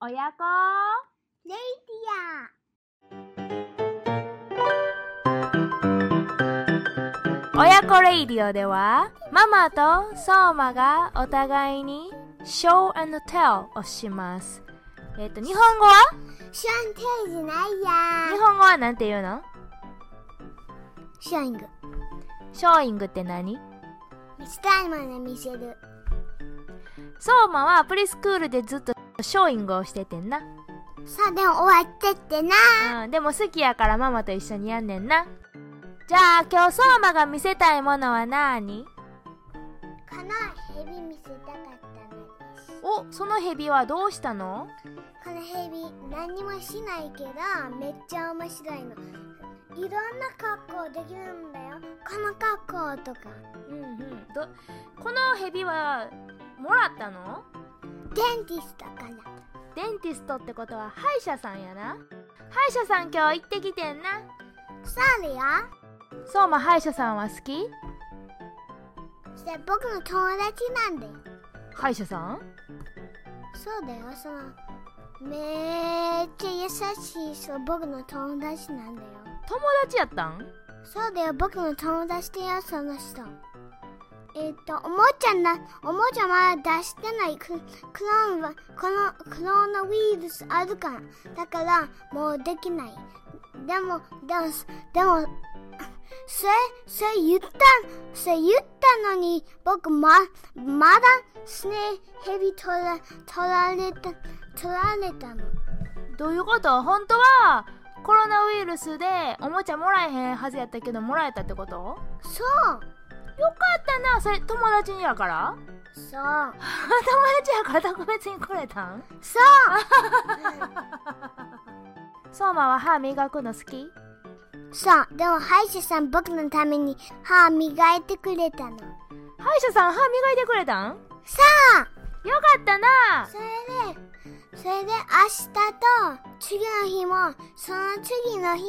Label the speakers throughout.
Speaker 1: 親子
Speaker 2: レイデ
Speaker 1: 親子レイディオではママとソーマがお互いに show and tell をしますえっ、と日本語は
Speaker 2: ィアシャンテージない
Speaker 1: 日
Speaker 2: や
Speaker 1: 本語はなんて言うの
Speaker 2: シャイング
Speaker 1: ショーイングって何
Speaker 2: 見せたいもの見せる
Speaker 1: ソーマはプリスクールでずっとショーイングをしててんな、
Speaker 2: さあでも終わってってな
Speaker 1: うん、でも好きやからママと一緒にやんねんなじゃあ今日ソーマが見せたいものは何
Speaker 2: このヘビ見せたかったのです
Speaker 1: おそのヘビはどうしたの
Speaker 2: このヘビ何にもしないけどめっちゃ面白いのいろんな格好できるんだよこの格好とか
Speaker 1: うんうんどこのヘビはもらったの
Speaker 2: デンティストから
Speaker 1: デンティストってことは歯医者さんやな歯医者さん今日行ってきてんな
Speaker 2: そうだよ
Speaker 1: ソーマ歯医者さんは好き
Speaker 2: それ僕の友達なんだよ
Speaker 1: 歯医者さん
Speaker 2: そうだよそのめっちゃ優しい人僕の友達なんだよ
Speaker 1: 友達やったん
Speaker 2: そうだよ僕の友達だよその人えっ、とおもちゃなおもちゃまだ出してないククローンはこのクローナウイルスあるからだからもうできないでもでもでもそれそれ言ったそれ言ったのに僕ままだスネヘビ取ら取られた取られたの
Speaker 1: どういうこと本当はコロナウイルスでおもちゃもらえへんはずやったけどもらえたってことよか
Speaker 2: そう
Speaker 1: ったなそれ友達にやから
Speaker 2: そう
Speaker 1: 友達やから特別にくれたん
Speaker 2: そう
Speaker 1: ソーマは歯磨くの好き
Speaker 2: そう、でも歯医者さん僕のために歯磨いてくれたの。
Speaker 1: 歯医者さん歯磨いてくれたん
Speaker 2: さあ、
Speaker 1: よかったな
Speaker 2: それで、それで明日と次の日も、その次の日、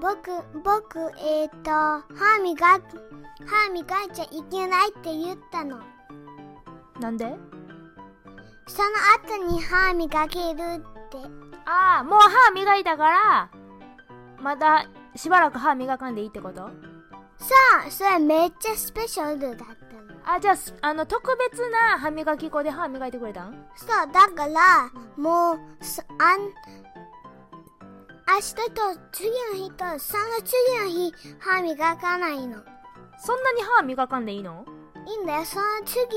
Speaker 2: 僕、僕、えっ、と、歯磨く、歯磨いちゃいけないって言ったの。
Speaker 1: なんで
Speaker 2: その後に歯磨けるって。
Speaker 1: ああもう歯磨いたからまたしばらく歯磨かんでいいってこと
Speaker 2: さあ、それめっちゃスペシャルだったの。
Speaker 1: あじゃあすあの特別な歯磨き粉で歯磨いてくれたん
Speaker 2: そうだからもうそあん明日と次の日とその次の日歯磨かないの
Speaker 1: そんなに歯磨かんでいいの
Speaker 2: いいんだよその次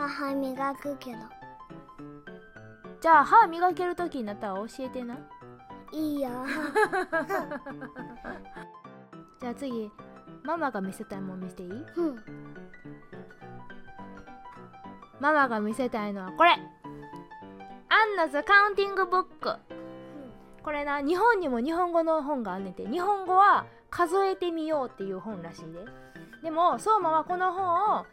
Speaker 2: は歯磨くけど
Speaker 1: じゃあ歯磨ける時になったら教えてない
Speaker 2: い よ
Speaker 1: じゃあ次ママが見せたいもん見せていい
Speaker 2: うん
Speaker 1: ママが見せたいのはこれアンナズカウンティングブックこれな日本にも日本語の本があんねんて日本語は数えてみようっていう本らしいででも相馬はこの本を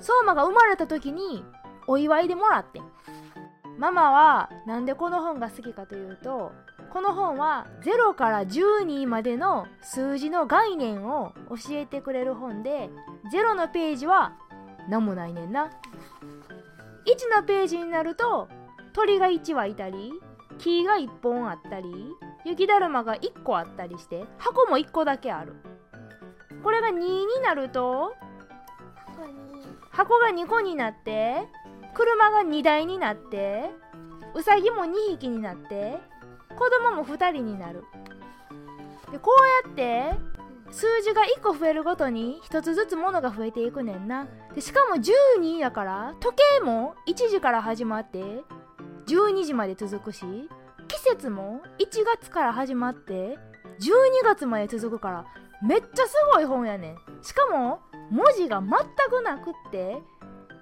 Speaker 1: 相馬が生まれた時にお祝いでもらってんママはなんでこの本が好きかというとこの本は0から12までの数字の概念を教えてくれる本で0のページは何もないねんな1のページになると鳥が1羽いたり木が1本あったり雪だるまが1個あったりして箱も1個だけあるこれが2になると
Speaker 2: ここに
Speaker 1: 箱が2個になって車が2台になってうさぎも2匹になって子供も2人になるでこうやって数字が1個増えるごとに1つずつものが増えていくねんなでしかも12やから時計も1時から始まって12時まで続くし季節も1月から始まって12月まで続くからめっちゃすごい本やねんしかも文字が全くなくって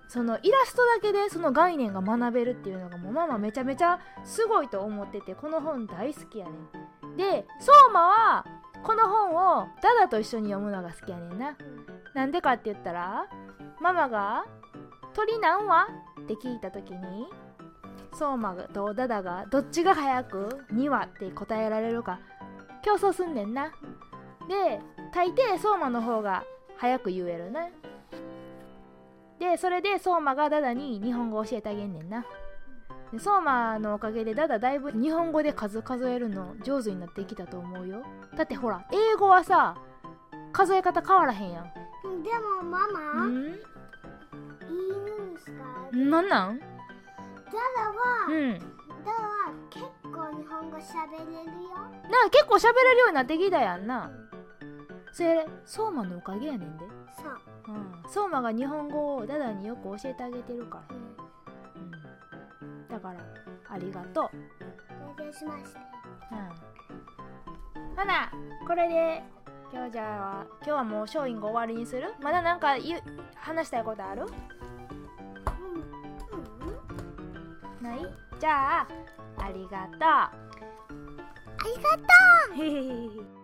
Speaker 1: そのイラストだけでその概念が学べるっていうのがもうママめちゃめちゃすごいと思っててこの本大好きやねんで相馬はこの本をダダと一緒に読むのが好きやねんななんでかって言ったらママが「鳥なんは?」って聞いた時に相馬とダダがどっちが早く2羽って答えられるか競争すんねんなで大抵相馬の方が早く言えるなでそれで相馬がダダに日本語教えてあげんねんなで相馬のおかげでダダだいぶ日本語で数数えるの上手になってきたと思うよだってほら英語はさ数え方変わらへんやん
Speaker 2: でもママ、
Speaker 1: う
Speaker 2: いいんですか
Speaker 1: んなんなん
Speaker 2: ダラは、
Speaker 1: うん
Speaker 2: ダラは結構日本語喋れるよ
Speaker 1: なんか結構喋れるようになってきたやんなそれ相馬のおかげやねんで、
Speaker 2: そう、
Speaker 1: うん、相馬が日本語をダダによく教えてあげてるから、
Speaker 2: うん、
Speaker 1: うん、だからありがとう
Speaker 2: 勉強しました
Speaker 1: うんほなこれで今日じゃあ今日はもうショーイング終わりにするまだなんか言う話したいことある
Speaker 2: うんうん
Speaker 1: ないじゃあありがと
Speaker 2: ありがとう
Speaker 1: うへへへへ